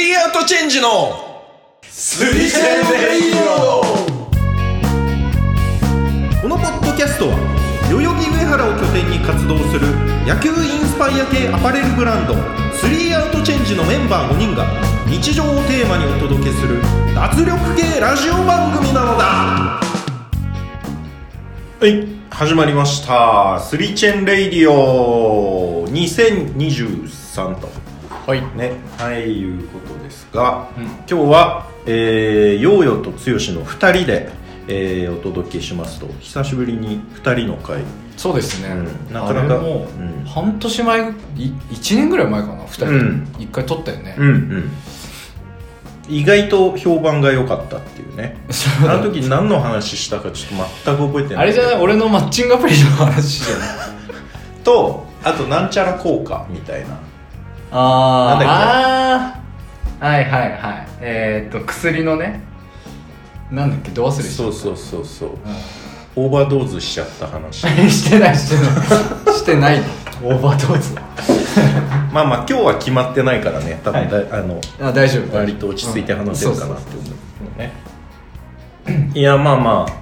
チェンジのスリセンレイドこのポッドキャストは代々木上原を拠点に活動する野球インスパイア系アパレルブランドスリーアウトチェンジのメンバー5人が日常をテーマにお届けする脱力系ラジオ番組なのだはい始まりました「スリーチェンレイディオ2023と」はいねはいいうことですが、今日は、えー、ヨーヨと剛の2人で、えーお届けしますと久しぶりに2人の回そうですね、うんななかかなかなかもうんう半年前い1年ぐらい前かな2人、うん1回撮ったよね、うんうん意外と評判が良かったっていう ねそうあの時何の話したかちょっと全く覚えてないあれじゃない俺のマッチングアプリの話じ ゃないとあとなんちゃら効果みたいなあーあーはいはいはいえー、っと薬のねなんだっけどうするそうそうそうそうオーバードーズしちゃった話 してないしてない してないオーバードーズまあまあ今日は決まってないからね多分だ、あのあ大丈夫割と落ち着いて話せるかなうんっそうて思うね、いやまあまあ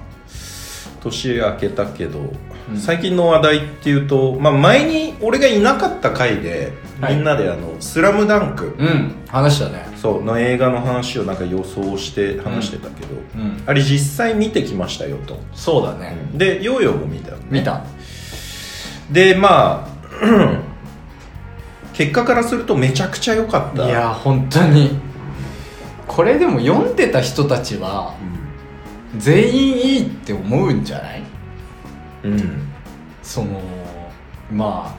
年明けたけど、うん最近の話題っていうと、まあ、前に俺がいなかった回で、はいみんなであの「スラムダンクそううん話したねそうの映画の話をなんか予想して話してたけど、うんあれ実際見てきましたよと、そうだね、でヨーヨーも見たよね見たでまあ 結果からするとめちゃくちゃ良かっいたや本当にこれでも読んでた人たちは全員いいって思うんじゃないうん、うんそのま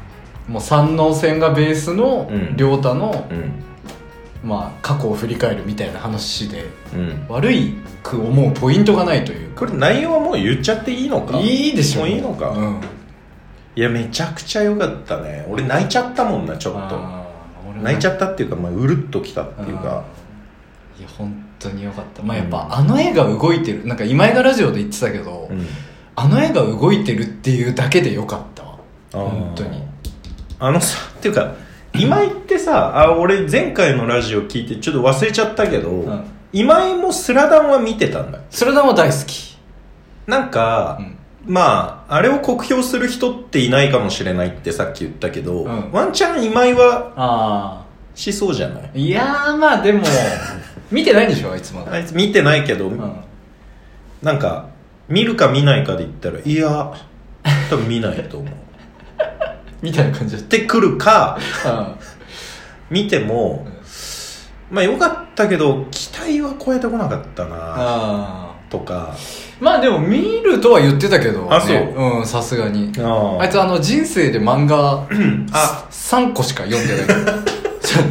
あもう三能線がベースのうん亮太の、うんまあ、過去を振り返るみたいな話でうん悪いく思うポイントがないというかこれ内容はもう言っちゃっていいのかいいでしょもういいのか、ういん、やめちゃくちゃ良かったね俺泣いちゃったもんなちょっと泣いちゃゃったっていうか、まあ、うるっときたっていうかいや本当によかったまあやっぱ、あの絵が動いてるなんか今井がラジオで言ってたけど、うんあの絵が動いてるっていうだけでよかったわあー本当にあのさっていうか今井ってさあ俺前回のラジオ聞いてちょっと忘れちゃったけど、ん今井もスラダンは見てたんだスラダンは大好き、なんか、うんまあ、あれを酷評する人っていないかもしれないってさっき言ったけど、うんワンチャン今井はあしそうじゃないあいやーまあ でも見てないんでしょあいつまだ、あいつ見てないけど、うん、なんか、見るか見ないかで言ったら、いや、多分見ないと思う。 っみたいな感じだってくるか、た、うん見てもうん、まあよかったけど、期待は超えてこなかったな、あとか、ーまあでも見るとは言ってたけど、ね、あそうんさすがにああいつあの人生で漫画あ3個しか読んでない そう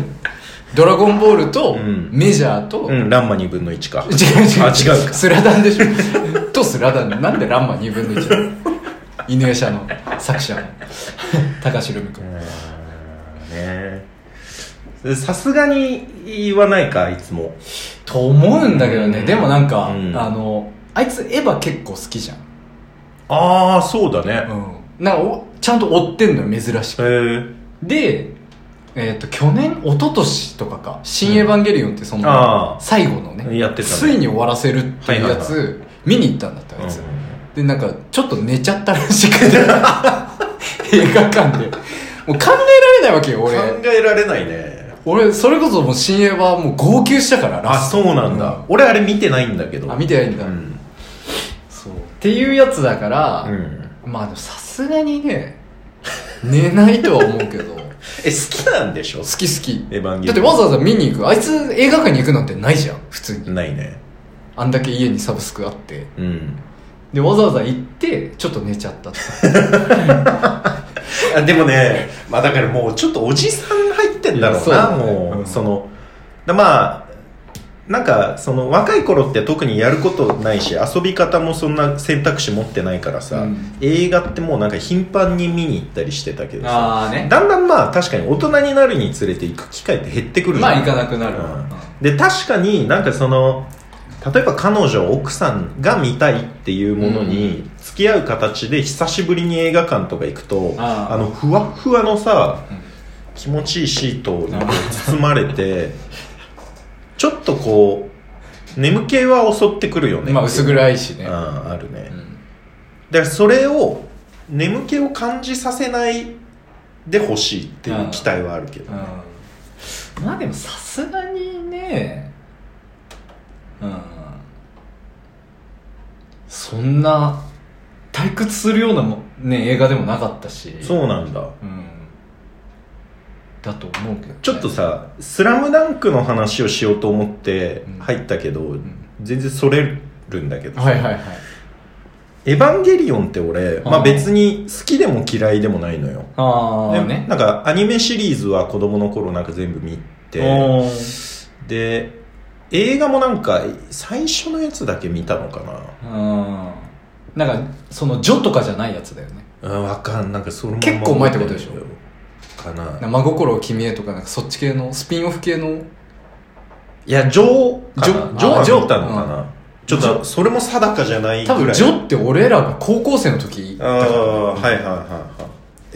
ドラゴンボールとうんメジャーと、う、違うんランマ2分の1か。 違う違うあ違うかスラダンでしょとスラダンなんでランマ2分の1犬夜叉の作 者の高城美君ねでさすがに言わないか、いつも。と思うんだけどね、うんでもなんか、うんあのあいつエヴァ結構好きじゃん、ああ、そうだね。うん、なんかおちゃんと追ってんのよ珍しくへえでえっと去年一昨年とかか「新エヴァンゲリオン」ってそあのあ最後のねやってたねついに終わらせるっていうやつ、はい見に行ったんだってあいつ、うでなんかちょっと寝ちゃったらしく て映画館でもう考えられないわけよん俺考えられないね俺それこそもう新エヴァもう号泣したからあそうなんだ、俺あれ見てないんだけうんどあ見てないんだ、うんそうっていうやつだから、うんまあでもさすがにね 寝ないとは思うけど好え好きなんでしょき好きエヴァンゲだっリてオわざわざ見に行くあいつ映画館に行くなんてないじゃん普通にンないねあんだけ家にサブスクあってうんでわざわざ行ってちょっと寝ちゃったってあでもね まあだからもうちょっとおじさん入ってんだろういやなそうだねもう、うんそのだまあなんかその若い頃って特にやることないし遊び方もそんな選択肢持ってないからさ、うん映画ってもうなんか頻繁に見に行ったりしてたけどさあねだんだんまあ確かに大人になるにつれて行く機会って減ってくるじゃんなくなるわうんで確かになんかその例えば彼女奥さんが見たいっていうものに付き合う形で久しぶりに映画館とか行くとああーのふわっふわのさうん 気持ちいいシートに包まれてちょっとこう眠気は襲ってくるよねまあ薄い暗いしね、ああるね、うんだからそれを眠気を感じさせないでほしいっていう期待はあるけど、ねうんまあでもさすがにねうんそんな退屈するようなもね映画でもなかったしう、そうなんだん、だと思うけどね、ちょっとさ「スラムダンクの話をしようと思って入ったけど、ん全然それるんだけどさはいはいはいエヴァンゲリオン」って俺、まああ、ー別に好きでも嫌いでもないのよああでねなんかアニメシリーズは子供の頃なんか全部見ておーで映画もなんか最初のやつだけ見たのかうんなんかその「ジョ」とかじゃないやつだよねなうんわかんなんかそのまんま結構前ってことでしょかな真心を君へとかなんかそっち系のスピンオフ系のいや、ジョーかジなョジョーはジョー見たのかな、ちょっと、それも定かじゃないぐ多らい。分「ジョ」って俺らが高校生の時ああ、はいはいはいは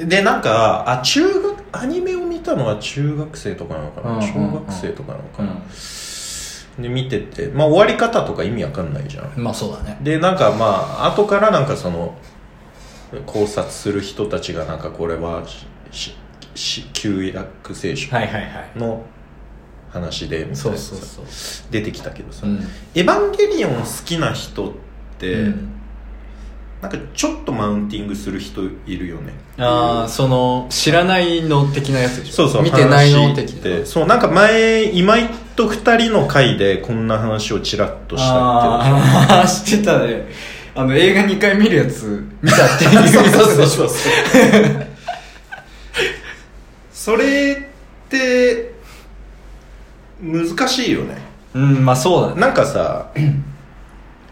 い。で、なんか、あ、中学、アニメを見たのは中学生とかなのかな、うんうんうん小学生とかなのかうな、んで、見てて、まあ終わり方とか意味わかんないじゃん。まあそうだねで、なんかまあ、後からなんかその、考察する人たちがなんかこれは、し、し、旧約聖書いはいはいの話で、みたいなさそうそうそう出てきたけどさ、うん、エヴァンゲリオン好きな人って、うんなんかちょっとマウンティングする人いるよねああその知らないの的なやつでしょそうそう見てないの話的ってなそうなんか前今井と二人の回でこんな話をちらっとしたってああ知ってたねあの映画2回見るやつ見たっていうやつでしょうそうそれって難しいよねうんまあそうだねなんか さ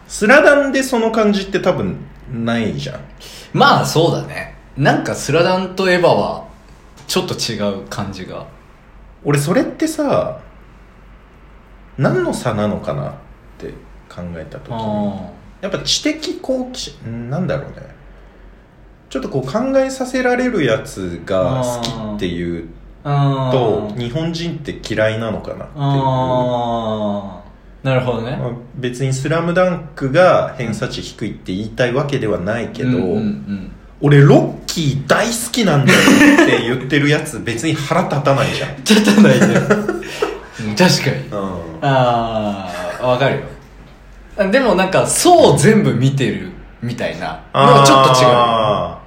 スラダンでその感じって多分ないじゃんまあそうだねなんかスラダンとエヴァはちょっと違う感じが俺それってさ何の差なのかなって考えた時にあやっぱ知的好奇心うんなんだろうねちょっとこう考えさせられるやつが好きっていうあと日本人って嫌いなのかなっていうああなるほどね、まあ別に「スラムダンクが偏差値低いって言いたいわけではないけど、うんうんうん俺ロッキー大好きなんだよって言ってるやつ別に腹立たないじゃん、ちょっとないね うん確かに うん、ああわかるよあでもなんか層全部見てるみたいなのはちょっと違うよ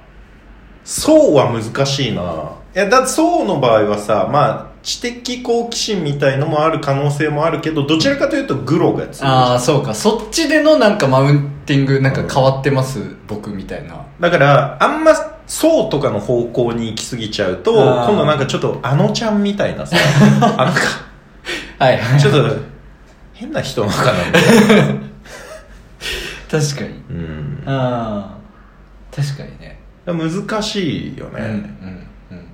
そうは難しいないやだってそうの場合はさまあ知的好奇心みたいのもある可能性もあるけどどちらかというとグロが強いああそうかそっちでのなんかマウンティングなんか変わってます、僕みたいなだからあんまそうとかの方向に行き過ぎちゃうとあー今度なんかちょっとあのちゃんみたいなさあなんかはいはいちょっと変な人なのかなみたいな確かにうんああ確かにね難しいようんうんね、うんうん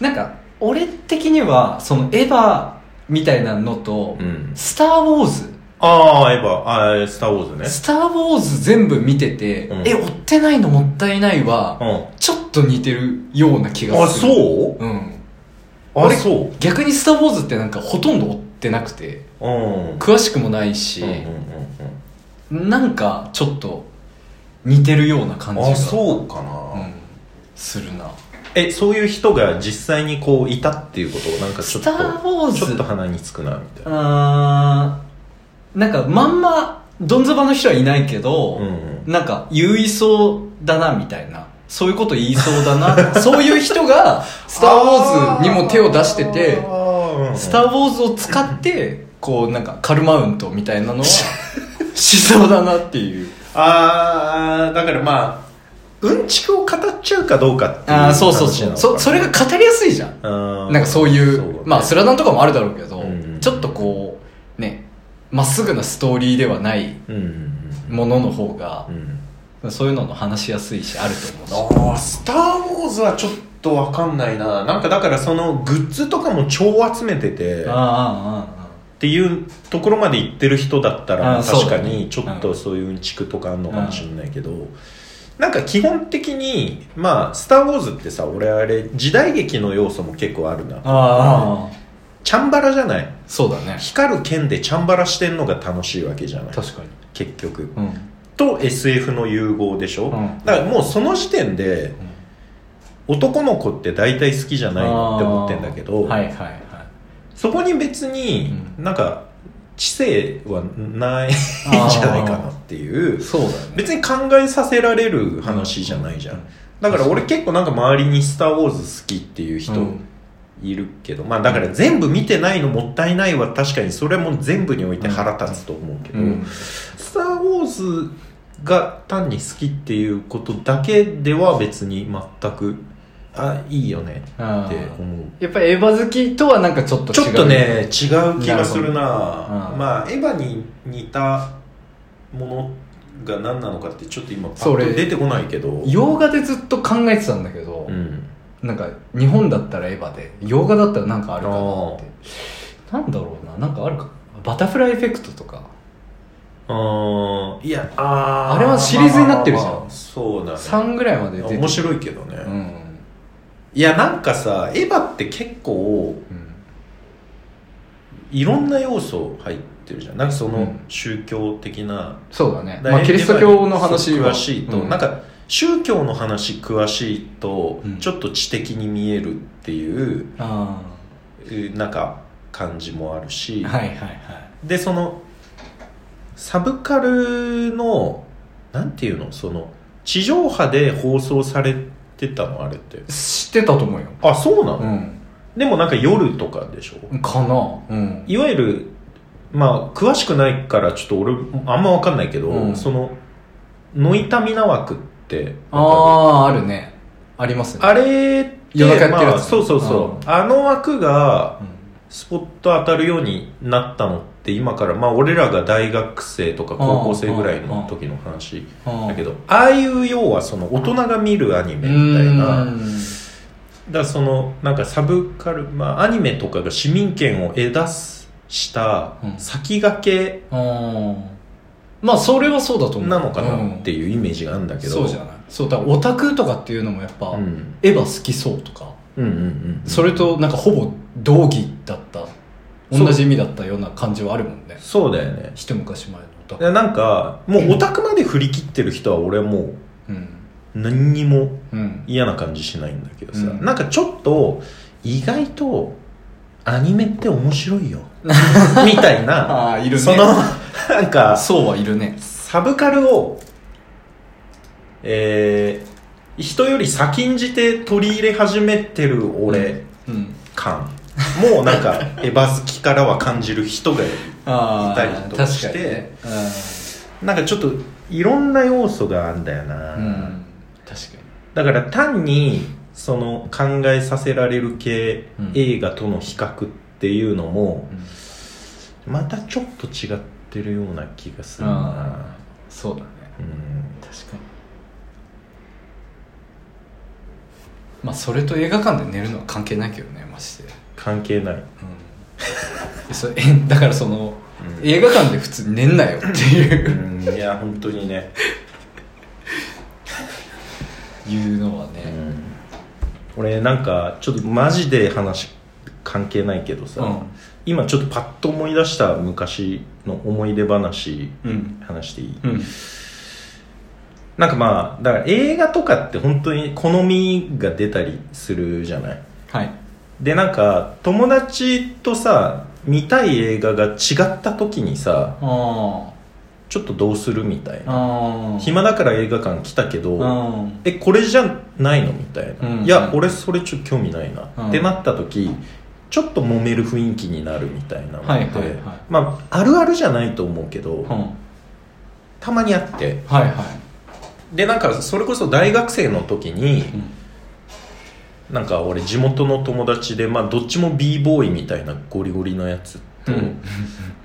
なんか俺的にはそのエヴァみたいなのと、うんスター・ウォーズああエヴァあースター・ウォーズねスター・ウォーズ全部見てて、うんえ、追ってないのもったいないは、うちょっと似てるような気んあがする。そうううん。あ俺そう逆にスター・ウォーズってなんかほとんど追ってなくて、うん詳しくもないしうん、うんうんうんなんかちょっと似てるような感じが。あそうかな、うん。するな。えそういう人が実際にこういたっていうことをなんかちょスっター・とウォーズ。ちょっと鼻につくなみたいなあーなんかまんま、どんずばの人はいないけど、うんうんなんか言いそうだなみたいなそういうこと言いそうだなそういう人が「 スター・ウォーズ」にも手を出しててあーうんうん「スター・ウォーズ」を使ってこうなんかカルマウントみたい なのはしそうだなっていうあーだからまあうんちくを語っちゃうかどうかっていうああそうそうそうそそれが語りやすいじゃんななんかそういうまあスれラダンとかもあるだろうけど、うんちょっとこうねまっすぐなストーリーではないうんうんものの方がう、んうんそういうのの話しやすいしあると思あうしあスター・ウォーズはちょっとわかんないななんかだからそのグッズとかも超集めててああああああっていうところまで行ってる人だったらあー確かそうだにねちょっとそういううんちくとかあんのかもしれないけどなんか基本的にまあ「スター・ウォーズ」ってさ俺あれ時代劇の要素も結構あるなああチャンバラじゃないそうだね光る剣でチャンバラしてんのが楽しいわけじゃない 確かに結局うんと SF の融合でしょ、うんだからもうその時点で男の子って大体好きじゃないのって思ってんだけど、はいはいはいそこに別にうんなんか知性はないんじゃないかなっていうそうだよね別に考えさせられる話じゃないじゃんだから俺結構なんか周りに「スター・ウォーズ」好きっていう人うんいるけど、まあだから全部見てないのもったいないは確かにそれも全部において腹立つと思うけど、うんスター・ウォーズが単に好きっていうことだけでは別に全く、あ、いいよねあってー思う。やっぱエヴァ好きとはなんかちょっと違うちょっとね、違う気がするなほどうんまあ、エヴァに似たものが何なのかってちょっと今パそッれと出てこないけど。洋画でずっと考えてたんだけど、うん。なんか日本だったらエヴァで洋画だったらなんかあるかなっあてなんだろうななんかあるかバタフライエフェクトとかあーいや、あーあれはシリーズになってるじゃんまあまあまあそうだね。 3ぐらいまで出て面白いけどね、うんいや、なんかさ、エヴァって結構、うんいろんな要素入ってるじゃんなんかそうんの宗教的な、そうだね、だまあ、キリスト教の話は詳しいと、うんなんか宗教の話詳しいと、うんちょっと知的に見えるっていうあうなんか感じもあるし、ーはいはいはいでそのサブカルのなんていうのその地上波で放送されてたのあれって知ってたと思うよあそうなの、うんでもなんか夜とかでしょかなうんいわゆるまあ詳しくないからちょっと俺あんま分かんないけど、うんそのノイタミナ枠ってあああーあるねありますねあれって夜中やってるやまつあ、そうそうそう、あの枠がうんスポット当たるようになったのって今からまあ俺らが大学生とか高校生ぐらいの時の話あーだけどああいう要はその大人が見るアニうメみたいなーんだからそのなんかサブカル、まあ、アニメとかが市民権を得だすしたうん先駆けあーまあそれはそうだと思うなのかうなんっていうイメージがあるんだけど、そうじゃないそうだからオタクとかっていうのもやっぱ、うん、うんエヴァ好きそうとかうんうんそれとなんかほぼ同義だったそう同じ意味だったような感じはあるもんねそうだよね一昔前のオタクでなんかもうオタクまで振り切ってる人は俺はもうんう何にもうん嫌な感じしないんだけどさ、うんなんかちょっと意外とアニメって面白 いよみたいなああいるねそのなんかそうはいるねサブカルを、えー、人より先んじて取り入れ始めてる俺うん感もうなん かエヴァ好きからは感じる人がいるあいたりあと確かかしてにねなんかちょっといろんな要素があるんだよな、うんうん確かにだから単にその考えさせられる系、うん映画との比較っていうのもうんまたちょっと違ってるような気がするあな、ーそうだねうん、確かにまあそれと映画館で寝るのは関係ないけどねまして関係ない、うん、そえだからそのうん映画館で普通寝んなよっていううんいや本当にね、いうのはね俺なんかちょっとマジで話関係ないけどさ、今ちょっとパッと思い出した昔の思い出話うん話していいうんなんかまあだから映画とかって本当に好みが出たりするじゃないはいでなんか友達とさ見たい映画が違った時にさあちょっとどうするみたいあなああ暇だから映画館来たけうどんえこれじゃないのみたいな、うんいや俺それちょっと興味ないな、うんってなった時ちょっと揉める雰囲気になるみたいなのって、はいはいはいまああるあるじゃないと思うけど、うんはいたまにあってはいでなんかそれこそ大学生の時に、うんなんか俺地元の友達で、まあ、どっちも b ボーイみたいなゴリゴリのやつと、うん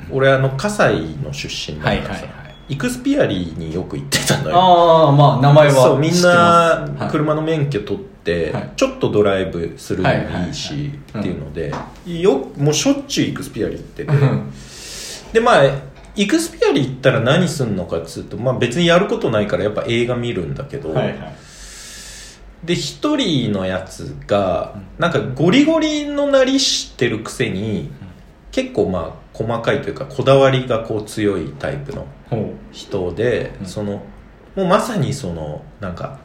俺あの葛西の出身だかはいらはいさ、はいイクスピアリーによく行ってたのよああまあ名前はそうみん知ってまなす車の免許取って、はいちょっとドライブするのはいはいもはいいいしっていうので、よもうしょっちゅうイクスピアリー行ってて、はいうんでまあイクスピアリー行ったら何すんのかっつうと、まあ、別にやることないからやっぱ映画見るんだけど、はいはいで一人のやつがなんかゴリゴリのなりしてるくせに結構まあ細かいというかこだわりがこう強いタイプのほ人で、うんそのもうまさにそのなんか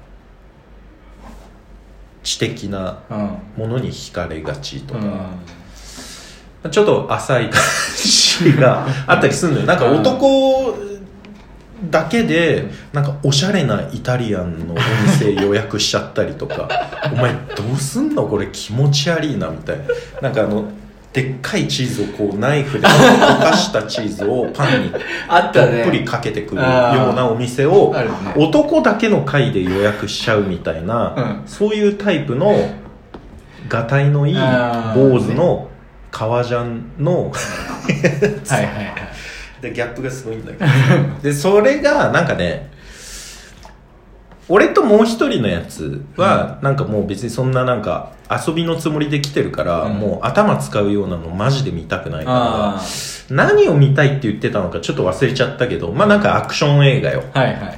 知的なううんものに惹かれがちとうか、んちょっと浅い感じ があったりするのよなんか男だけでなんかおしゃれなイタリアンのお店予約しちゃったりと かお前どうすんのこれ気持ち悪いなみたいななんかあのでっかいチーズをこうナイフで溶かしたチーズをパンにあったたっねぷりかけてくるようあーなお店をあるね男だけの会で予約しちゃうみたいな、うそういうタイプのがたいのいいあー坊主の革ジャンのはいはいはいでギャップがすごいんだけど でそれがなんかね俺ともう一人のやつは、なんかもう別にそんななんか遊びのつもりで来てるから、うんもう頭使うようなのマジで見たくないからあー何を見たいって言ってたのかちょっと忘れちゃったけどまあなんかアクション映画よはいはいはい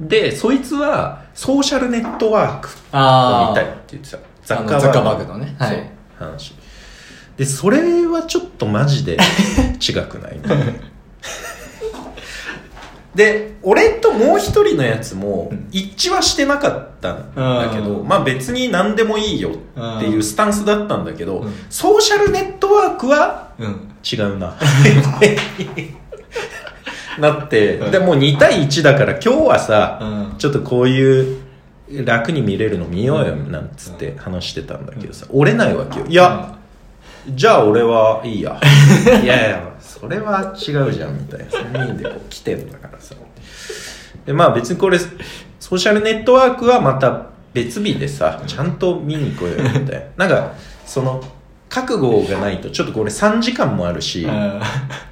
でそいつはソーシャルネットワークをあ見たあいって言ってたザあのザッカーバーグのねはいそう話でそれはちょっとマジ で違くないみたいなで俺ともう一人のやつもうん一致はしてなかったんだけど、うまあ別に何でもいいよっていうスタンスだったんだけど、うんソーシャルネットワークはうん違うな なって、うんでもう2対1だから今日はうさ、んちょっとこういう楽に見れるの見ようよなんつって話してたんだけどさ、折れないわけよいや、じゃあ俺はいいや いやいやそれは違うじゃんみたいな3人でこう来てんだからさでまあ別にこれソーシャルネットワークはまた別日でさちゃんと見に来ようよみたい ななんかその覚悟がないとちょっとこれ3時間もあるし、うん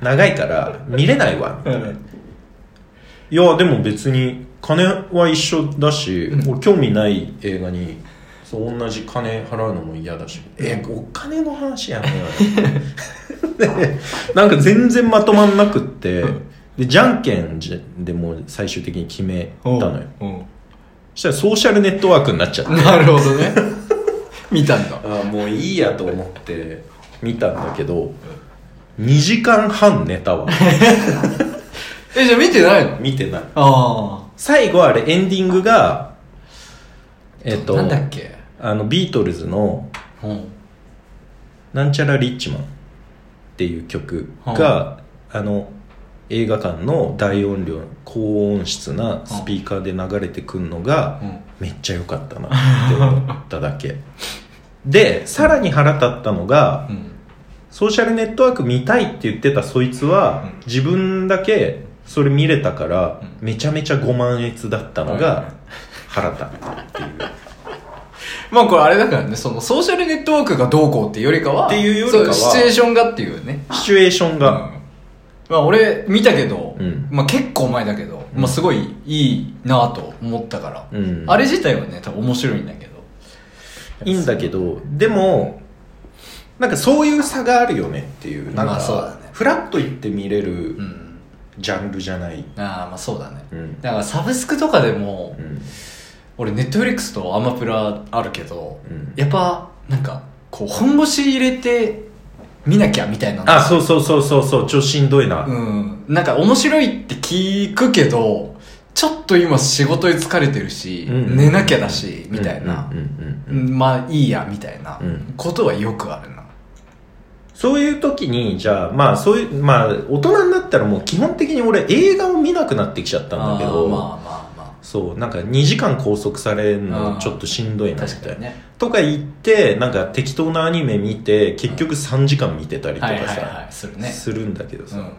長いから見れないわみたいな、うんいやでも別に金は一緒だし、俺興味ない映画にそう同じ金払うのも嫌だしえお金の話やめようよ でなんか全然まとまんなくってでじゃんけんじでもう最終的に決めたおうのよおそしたらソーシャルネットワークになっちゃってうなるほどね 見たんだああもういいやと思って見たんだけど2時間半寝たわえじゃあ見てないの見てないあ最後あれエンディングがえっ、あとなんだっけあのビートルズのうん「なんちゃらリッチマン」っていう曲が、あの映画館の大音量高音質なスピーカーで流れてくんのが、うんめっちゃ良かったなって思っただ けでさらに腹立ったのが、うんソーシャルネットワーク見たいって言ってたそいつは、うん自分だけそれ見れたから、うんめちゃめちゃご満悦だったのが腹立ったっていうまあこれあれだからね、そのソーシャルネットワークがどうこうっていうよりかは、っていうよりかはそうシチュエーションがっていうね。シチュエーションうんが、まあ俺見たけど、うんまあ結構前だけど、うんまあすごいいいなと思ったから、うんあれ自体はね、多分面白いんだけど。いいんだけどでもなんかそういう差があるよねっていうなんまあそうだかねフラッと行って見れるうん。ジャンルじゃない、ああ、まあそうだね。うんだからサブスクとかでもう、ん俺ネットフリックスとアマプラあるけど、うんやっぱなんか、こう本腰入れて見なきゃみたいなのがあそうそうそうそうそうちょっとしんどいな、うん。なんか面白いって聞くけど、ちょっと今仕事に疲れてるし、うん寝なきゃだし、みたいなうん。うんうんうんうんまあいいや、みたいなうんことはよくあるな。そういう時にじゃあまあそういうまあ大人になったらもう基本的に俺映画を見なくなってきちゃったんだけあどーまあまあまそうなんか2時間拘束されるあのーちょっとしんどいあ。なみ確たかいになね。とか言ってなんか適当なアニメ見て結局3時間見てたりとはいかはいさはい。するね。するんだけどうさ、ん。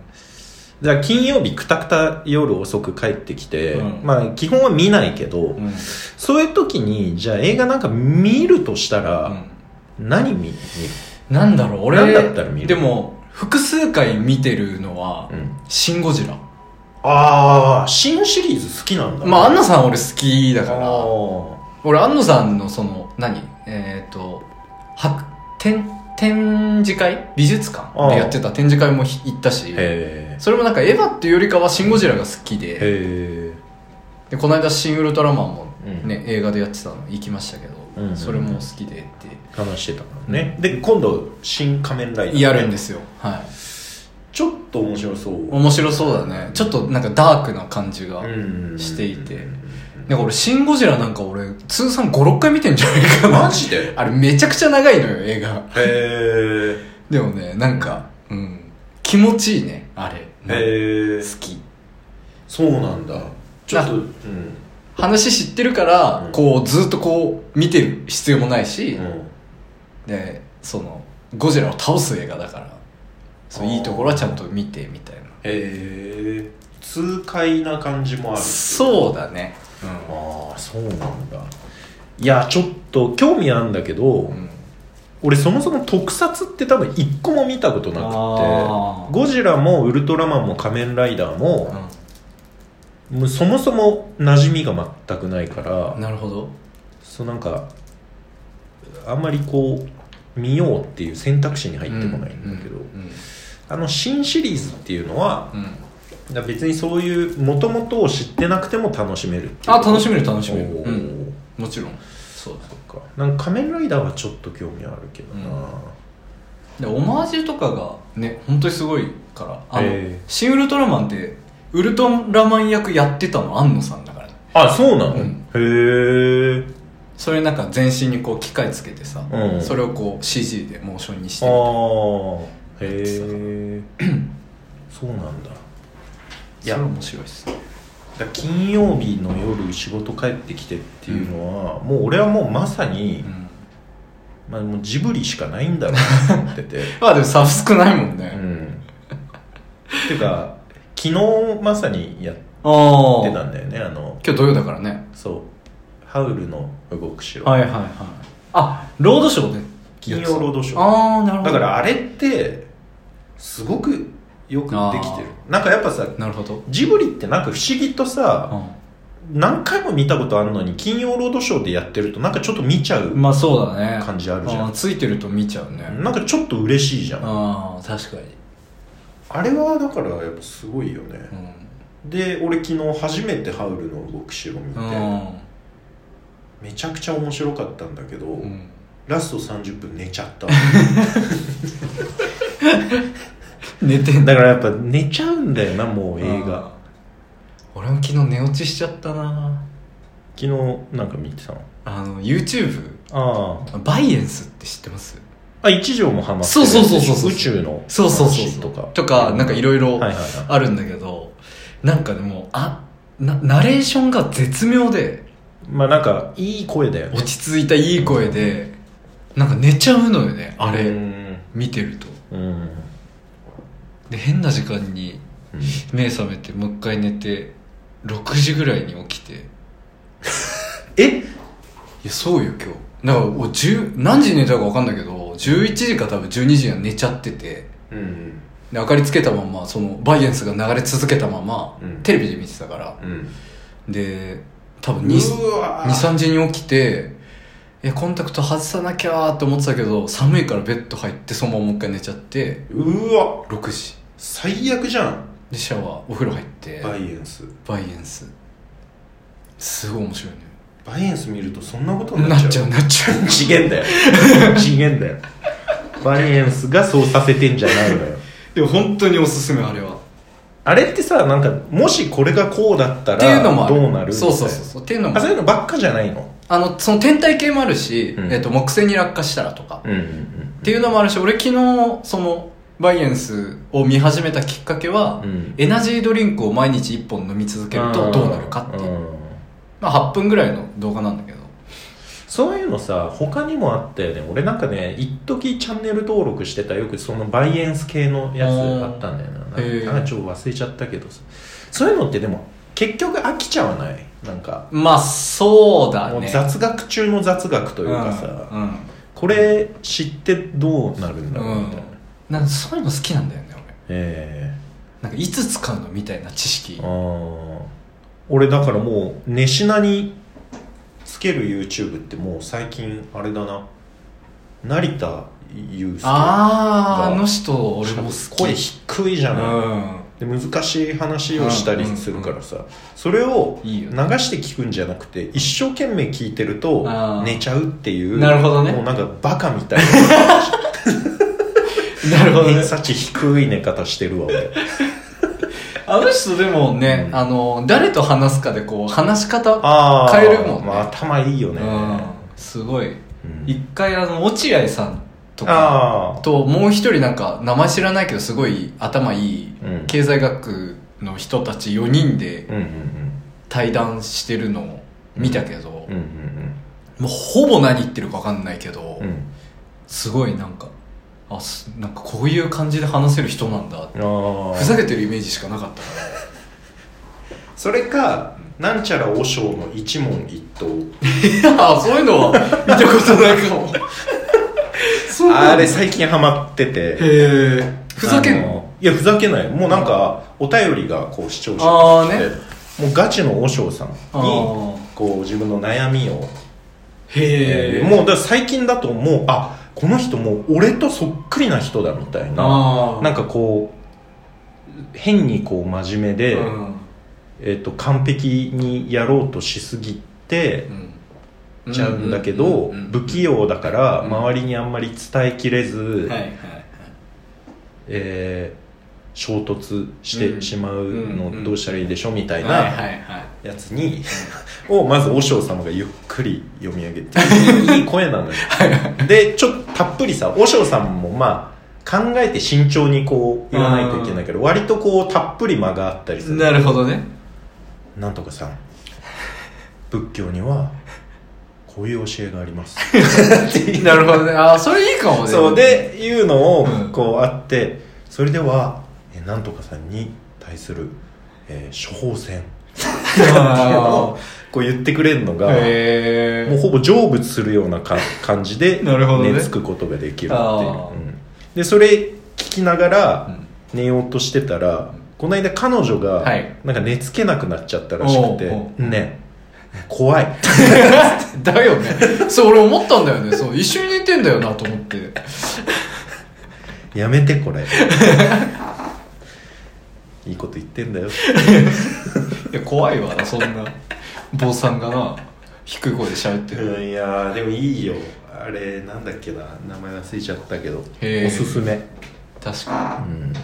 じゃあ金曜日くたくた夜遅く帰ってきて、うんまあ基本は見ないけど、うん。そういう時にじゃあ映画なんか見るとしたうらん何見見る、なんだろう、俺、なんだったら見るでも、複数回見てるのは、うんシン・ゴジラ。ああ新シリーズ好きなんだまあ、安野さん俺好きだから、あ俺安野さんのその何えっ、とは展展示会美術あ館あでやってた展示会もひ行ったしーへそれもなんかエヴァっていうよりかは「シン・ゴジラ」が好きえでへえでこの間「シン・ウルトラマン」もうんね、映画でやってたの行きましたけど、うんうんうんそれも好きでっ話してたからねで今度新仮面ライダー、てやるんですよ、はいちょっと面白そう面白そうだねちょっとなんかダークな感じがうんしていて、なんか俺「シン・ゴジラ」なんか俺通算56回見てんじゃないかなマジでへあれめちゃくちゃ長いのよ映画えでもねなんか、うん、気持ちいいねあれ、へえ好きそうなんだちょっと、う、なん話知ってるから、うんこうずっとこう見てる必要もないし、うんでそのゴジラを倒す映画だからそうあーいいところはちゃんと見てみたいなへえ痛快な感じもあるそうだねうんああそうなんだいやちょっと興味あるんだけど、うん俺そもそも特撮って多分一個も見たことなあくーてゴジラもウルトラマンも仮面ライダーも、もうそもそも馴染みが全くないからなるほどそうなんかあんまりこう見ようっていう選択肢に入ってこないんだけど、うんあの新シリーズっていうのはうんうんだから別にそういうもともとを知ってなくても楽しめるっていうあ楽しめる楽しめるおーうんもちろんそうだそっかなんか仮面ライダーはちょっと興味あるけどな、うんでオマージュとかがね本当にすごいからあの、へーシン・ウルトラマンってウルトラマン役やってたの安野さんだからねあそうなの、うんへえそれなんか全身にこう機械つけてさ、うんそれをこう CG でモーションにしあてみたいなあへえそうなんだいそやれ面白いっすねだから金曜日の夜仕事帰ってきてっていうのは、もう俺はもうまさに、うんまあ、もうジブリしかないんだろうなと思ってて まあでもサブスクないもんうね、んてか昨日まさにやっああてた今んだよねあの日土曜だからねそう「ハウルの動く城」はいはいはいあロードショーで金曜ロードショーああなるだほどからあれってすごくよくできてるなんかやっぱさなるほど、ジブリってなんか不思議とさ何回も見たことあるのに金曜ロードショーでやってるとなんかちょっと見ちゃう、うんまあそうだね感じあるじゃんあーついてると見ちゃうね、なんかちょっと嬉しいじゃんあああ確かに、れはだからやっぱすごいよねうで俺昨日初めて「ハウルの動く城」見てんめちゃくちゃ面白かったんだけどうんうん、ラスト30分寝ちゃった 寝てんだからやっぱ寝ちゃうんだよなもう映あ画ー俺も昨日寝落ちしちゃったな昨日なんか見てたのあの YouTube あバイエンスって知ってますああ一条もハマってそうそうそうそうそう宇宙のそうそうそう話そとうかとかなんかいろいはろいはいはいあるんだけどなんかでもあなナレーションが絶妙でまあなんかいい声だよね落ち着いたいい声でなんか寝ちゃうのよねあうれん見てるとうんで変な時間にうん目覚めてもう一回寝て6時ぐらいに起きていえやそうよ今日なんかお10何時に寝たか分かんないけど11時か多分12時には寝ちゃっててうんで明かりつけたままそのバイエンスが流れ続けたまま、うんテレビで見てたからうんで多分う23わ時に起きてえコンタクト外さなきゃーって思ってたけど寒いからベッド入ってそのままもう一回寝ちゃってうわ6時最悪じゃんでシャワーお風呂入ってバイエンスバイエンスすごい面白いねバイエンス見るとそんなことにななっっちちゃゃううなっちゃ う次元だよ次元だよバイエンスがそうさせてんじゃないのよでも本当におすすめあれはあれってさなんかもしこれがこうだったっていうのもらあるどうなるそうそうみたいなそうそうっていうのもあそういうのばっかじゃないのあのその天体系もあるし、うんえっと木星に落下したらとかうんうんっていうのもあるし俺昨日そのバイエンスを見始めたきっかけは、うんエナジードリンクを毎日1本飲み続けるとどうなるかっていう、んまあ、8分ぐらいの動画なんだけどそういうのさ他にもあったよね俺なんかね一時チャンネル登録してたよくそのバイエンス系のやつあったんだよなあーなんかちょっと忘れちゃったけどさそういうのってでも結局飽きちゃわないなんか、まあそうだもうね雑学中の雑学というかさ、うんうんこれ知ってどうなるんだろうみたいな、うんなんかそういうの好きなんだよね俺えなんかいつ使うのみたいな知識えあー俺だからもう寝しなにつける YouTube ってもう最近あれだな成田悠介あああの人俺も好き声低いじゃない、うんで難しい話をしたりするからさ、それをいい流よして聞くんじゃなくて一生懸命聞いてるとあー寝ちゃうっていうなるほどねもうなんかバカみたいなるほなどね偏差値低い寝方してるわ俺あの人でもね、うんあの誰と話すかでこう話し方、ああ変えるもんねまあ、頭いいよね、うん、すごいうん一回あの落合さんとかああともう一人なんか名前知らないけどすごい頭いいうん経済学の人たち4人でうんうん対談してるのを見たけど、もうんうんうほぼ何言ってるか分かんないけど、うんうんすごいなんかあすなんかこういう感じで話せる人なんだああふざけてるイメージしかなかったからそれかなんちゃら和尚の一問一答い やそういうのは見たことないか もそうなんだあれ最近ハマっててへえふざけんあののいやふざけないもうなんかお便りがこう視聴者あーから来てもうガチの和尚さんにあーこう自分の悩みを、へえもうだから最近だともうあこの人もう俺とそっくりな人だみたいなあーなんかこう変にこう真面目で、うんえっと完璧にやろうとしすぎてうんちゃうんだけど、うんうんうん不器用だからうん周りにあんまり伝えきれず、はいはいえー衝突してしまううんうんのどうしたらいいでしょうみたいはいなはいはいやつに をまず和尚様がゆっくり読み上 げていい声なのよでちょっとたっぷりさ和尚さんもまあ考えて慎重にこう言わないといけないけど割とこうたっぷり間があったりするなるほど ねなんとかさん仏教にはこういう教えがありますなるほどねああそれいいかもねそうでいうのをうんこうあってそれではえーなんとかさんに対する、えー処方箋あ こう言ってくれるのーがへもうえほぼ成仏するようなか感じでなるほどね寝つくことができるっていう、あーうんでそれ聞きながらん寝ようとしてたらこの間彼女がはいなんか寝つけなくなっちゃったらしくて、おうおね怖い だよねそう俺思ったんだよねそう一緒に寝てんだよなと思ってやめて これいいこと言ってんだよいや怖いわなそんな坊さんがな低い声で喋ってるうんいやーでもいいよあれなんだっけな名前忘れちゃったけどへーおすすめ確かうんに、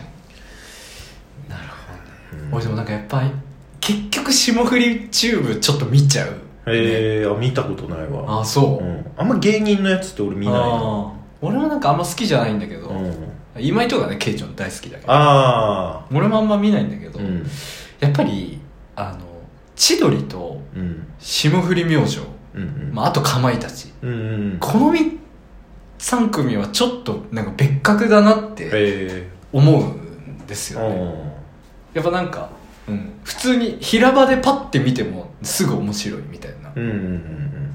俺でもなんかやっぱり結局霜降りチューブちょっと見ちゃうえー、あ見たことないわああそうう、ん、あんま芸人のやつって俺見ないなあー俺もなんかあんま好きじゃないんだけど、うん今井とかねケイちゃん大好きだけどあ俺もあんま見ないんだけあど、うんやっぱりあの千鳥とうん霜降り明星、うんうんまあ、あとかまいたちうんうんこの3組はちょっとなんか別格だなってえ思うんですえよね、やっぱなんか、うん、普通に平場でパッて見てもすぐ面白いみたいなうんうん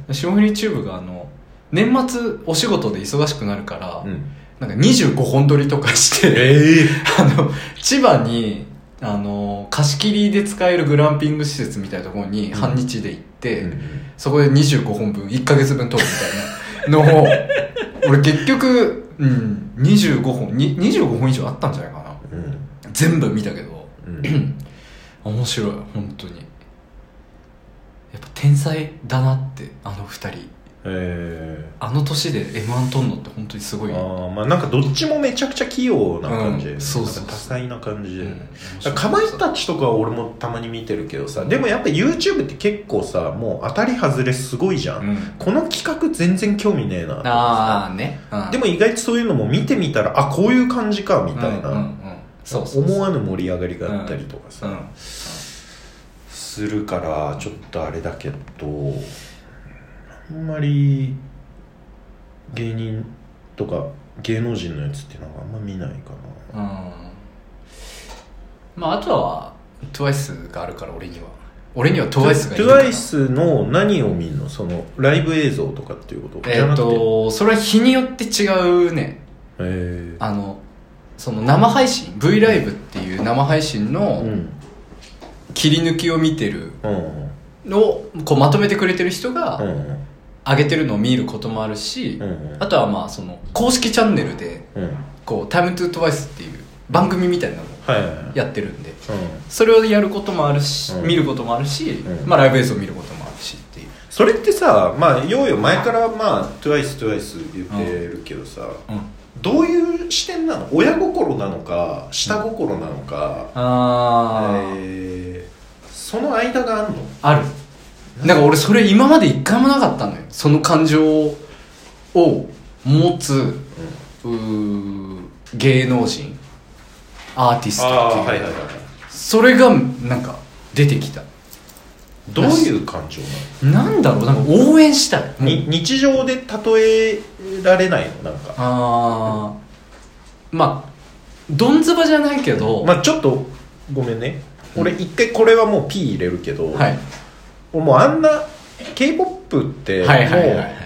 うん霜降りチューブがあの年末お仕事で忙しくなるから、うんうんなんか25本撮りとかして、ええ あの、千葉に、あの、貸し切りで使えるグランピング施設みたいなところに半日で行って、そこで25本分、1ヶ月分撮るみたい なのを、俺結局、うん、25本、に25本以上あったんじゃないかな。うん全部見たけど、うんうん面白い、本当に。やっぱ天才だなって、あの二人。えあの年で M1 撮んのって本当にすごえい。ああまあなんかどっちもめちゃくちゃ器用な感じ、うんそうそうそうなんか多彩な感じうで、んかまいたちとかは俺もたまに見てるけどさでもやっぱ YouTube って結構さもう当たり外れすごいじゃん、うんこの企画全然興味ねえなああね、うんでも意外とそういうのも見てみたらあこういう感じかみうんたいな、うんうんそうそう思そうわぬ盛り上がりがあったりとかさ、うんするからちょっとあれだけどあんまり芸人とか芸能人のやつってなんかあんま見ないかなまああとは TWICE があるから俺には俺には TWICE がいるから TWICE の何を見るのそのライブ映像とかっていうことじえゃーなっくてとそれは日によって違うねえあのその生配信 V ライブっていう生配信ー、うのん切り抜きを見てるうんのをこうまとめてくれてる人うがん上げてるのを見ることもあるしうんうんあとはまあその公式チャンネルでうんこう「TIME2TWICE」っていう番組みたいなのをはいはいはいやってるんでうんそれをやることもあるし、うん見ることもあるし、うんまあ、ライブ映像見ることもあるしっていうそれってさまあヨーヨー前からまあ TWICETWICE 言ってるけどさ、どういう視点なの親心なのか下心なのか、あー、えーその間があんのあるなんか俺それ今まで一回もなかったのよその感情を持つ、うー芸能人アーティストっていう、はいはいそれがなんか出てきたどういう感情ななんだろうなんか応援したいのに日常で例えられないのなんかあーまあどんずばじゃないけど、まあちょっとごめんねうん俺一回これはもう P 入れるけど、はい、俺もうあんな k p o p ってもはいはいはいはいう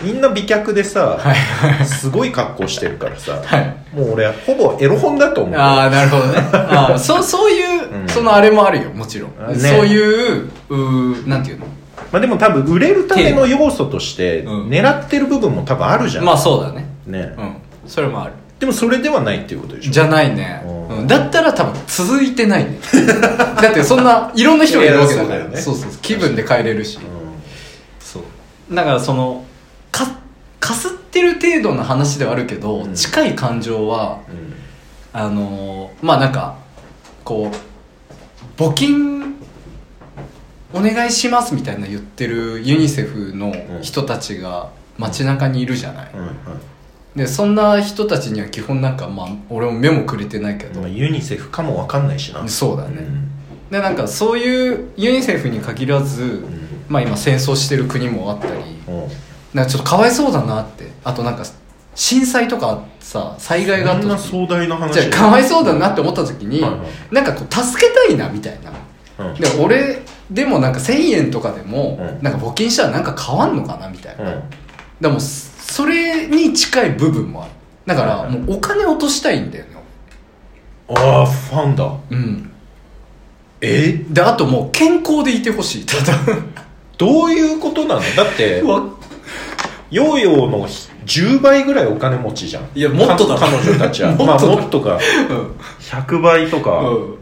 みんな美脚でさ、はいはいすごい格好してるからさ、はいもう俺ほぼエロ本だと思うああなるほど ねあーそうそういう、うんそのあれもあるよもちろん、あねそういううーなんていうのまあ、でも多分売れるための要素としてうん狙ってる部分も多分あるじゃん、まあそうだねねうんそれもあるでもそれではないっていうことでしょじゃないね、うんうんだったら多分続いてないね だってそんないろんな人がいるわけだかいやらそうだよねそうそうそう気分で帰れるしうそうだからそのかかすってる程度の話ではあるけど、うん近い感情はんうんあのーまあなんかこう募金お願いしますみたいな言ってるユニセフの人たちが街中にいるじゃない、うんでそんな人たちには基本なんかまあ俺も目もくれてないけうんど、まあユニセフかもわかんないしなそうだうね、んでなんかそういうユニセフに限らず、んまあ今戦争してる国もあったりうんなんかちょっとかわいそうだなってあとなんか震災とかさ災害があこんったな時壮大な話じゃあかわいそうだなって思った時に、はいはなんかこう助けたいなみたいなうんで俺でもなんか1000円とかでも、うんなんか募金したらなんか変わんのかなみたいな、うんでもそれに近い部分もあるだからもうお金落としたいんだよねああファンだうんえであともう健康でいてほしいただどういうことなのだってわヨーヨーの10倍ぐらいお金持ちじゃんいやもっとだか彼女たちは もっとまあだもっとか100倍とか、うん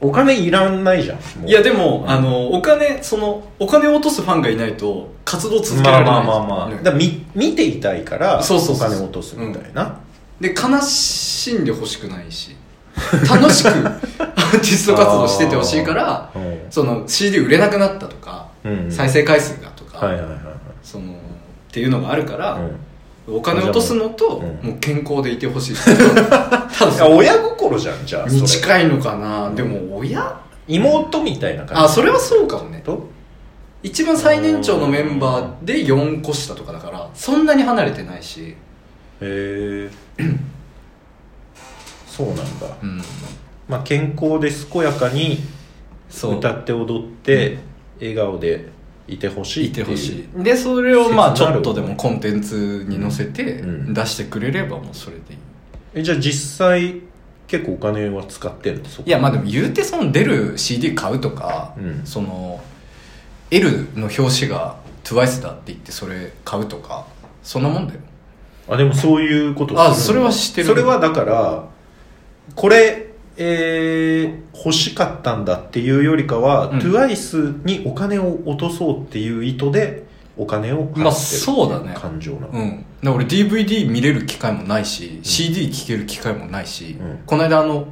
お金いらんないじゃんもういやでも、うんあのお金そのお金を落とすファンがいないと活動続けらまあれまあないまあまあ、ねだからみ見ていたいからそうそうそうお金落とすみたいな、で悲しんでほしくないし楽しくアーティスト活動しててほしいからうんその CD 売れなくなったとか、うん再生回数がとか、はいはいはいはそのっていうのがあるから、い、お金落とすのと、うんもう健康でいてほしい ただいや親心じゃんじゃあそれに近いのかなでも親妹みたいな感じあそれはそうかもねと一番最年長のメンバーで4個下とかだからそんなに離れてないし、へ えそうなんだ、うん、まあ、健康で健やかにそう歌って踊って笑顔でいてほしいいってていうほしいでそれをまあ切ちなょるっとでもコンテンツに載せてうん出してくれればもうそれでいいえじゃあ実際結構お金は使ってるのそこいやまあでも言うてその出る CD 買うとか、うんその L の表紙が TWICE だって言ってそれ買うとかそんなもんだよあでもそういうことあするそれんだは知ってるそれはだからこれえー欲しかったんだっていうよりかは、うん TWICE にお金を落とそうっていう意図でお金を払ってるまあそうだね感情なの、うん、で俺 DVD 見れる機会もないし、CD 聴ける機会もないし、うんこの間あの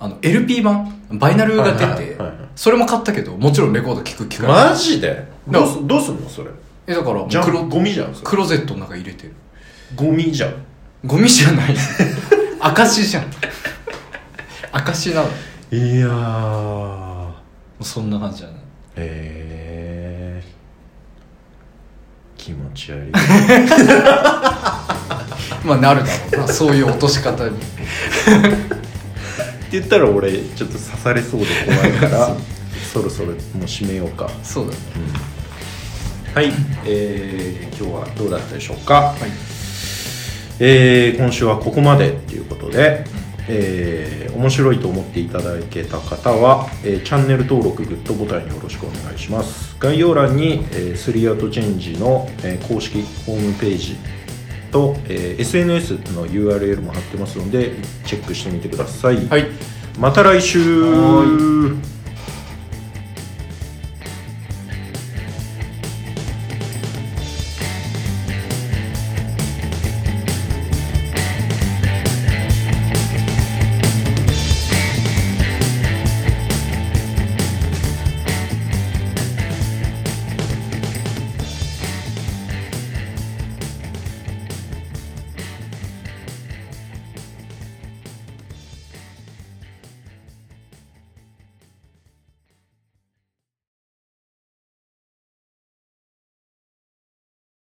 あの LP 版バイナルが出て、はいはいはいはいそれも買ったけどもちろんレコード聴く機会もマジでだどうすどうすんのそれえだからもうじゃクロんゴミじゃんそれクローゼットの中入れてるゴミじゃんゴミじゃない証じゃん証なのもいやーうそんな感じじゃないえー気持ち悪いまあなるだろうなそういう落とし方にって言ったら俺ちょっと刺されそうで怖いから そろそろもう締めようかそうだねはい、えー、今日はどうだったでしょうか、はいえー今週はここまでということで、えー面白いと思っていただけた方は、えーチャンネル登録グッドボタンよろしくお願いします概要欄に、えースリーアウトチェンジの、えー公式ホームページと、えー SNS の URL も貼ってますのでチェックしてみてください、はいまた来週は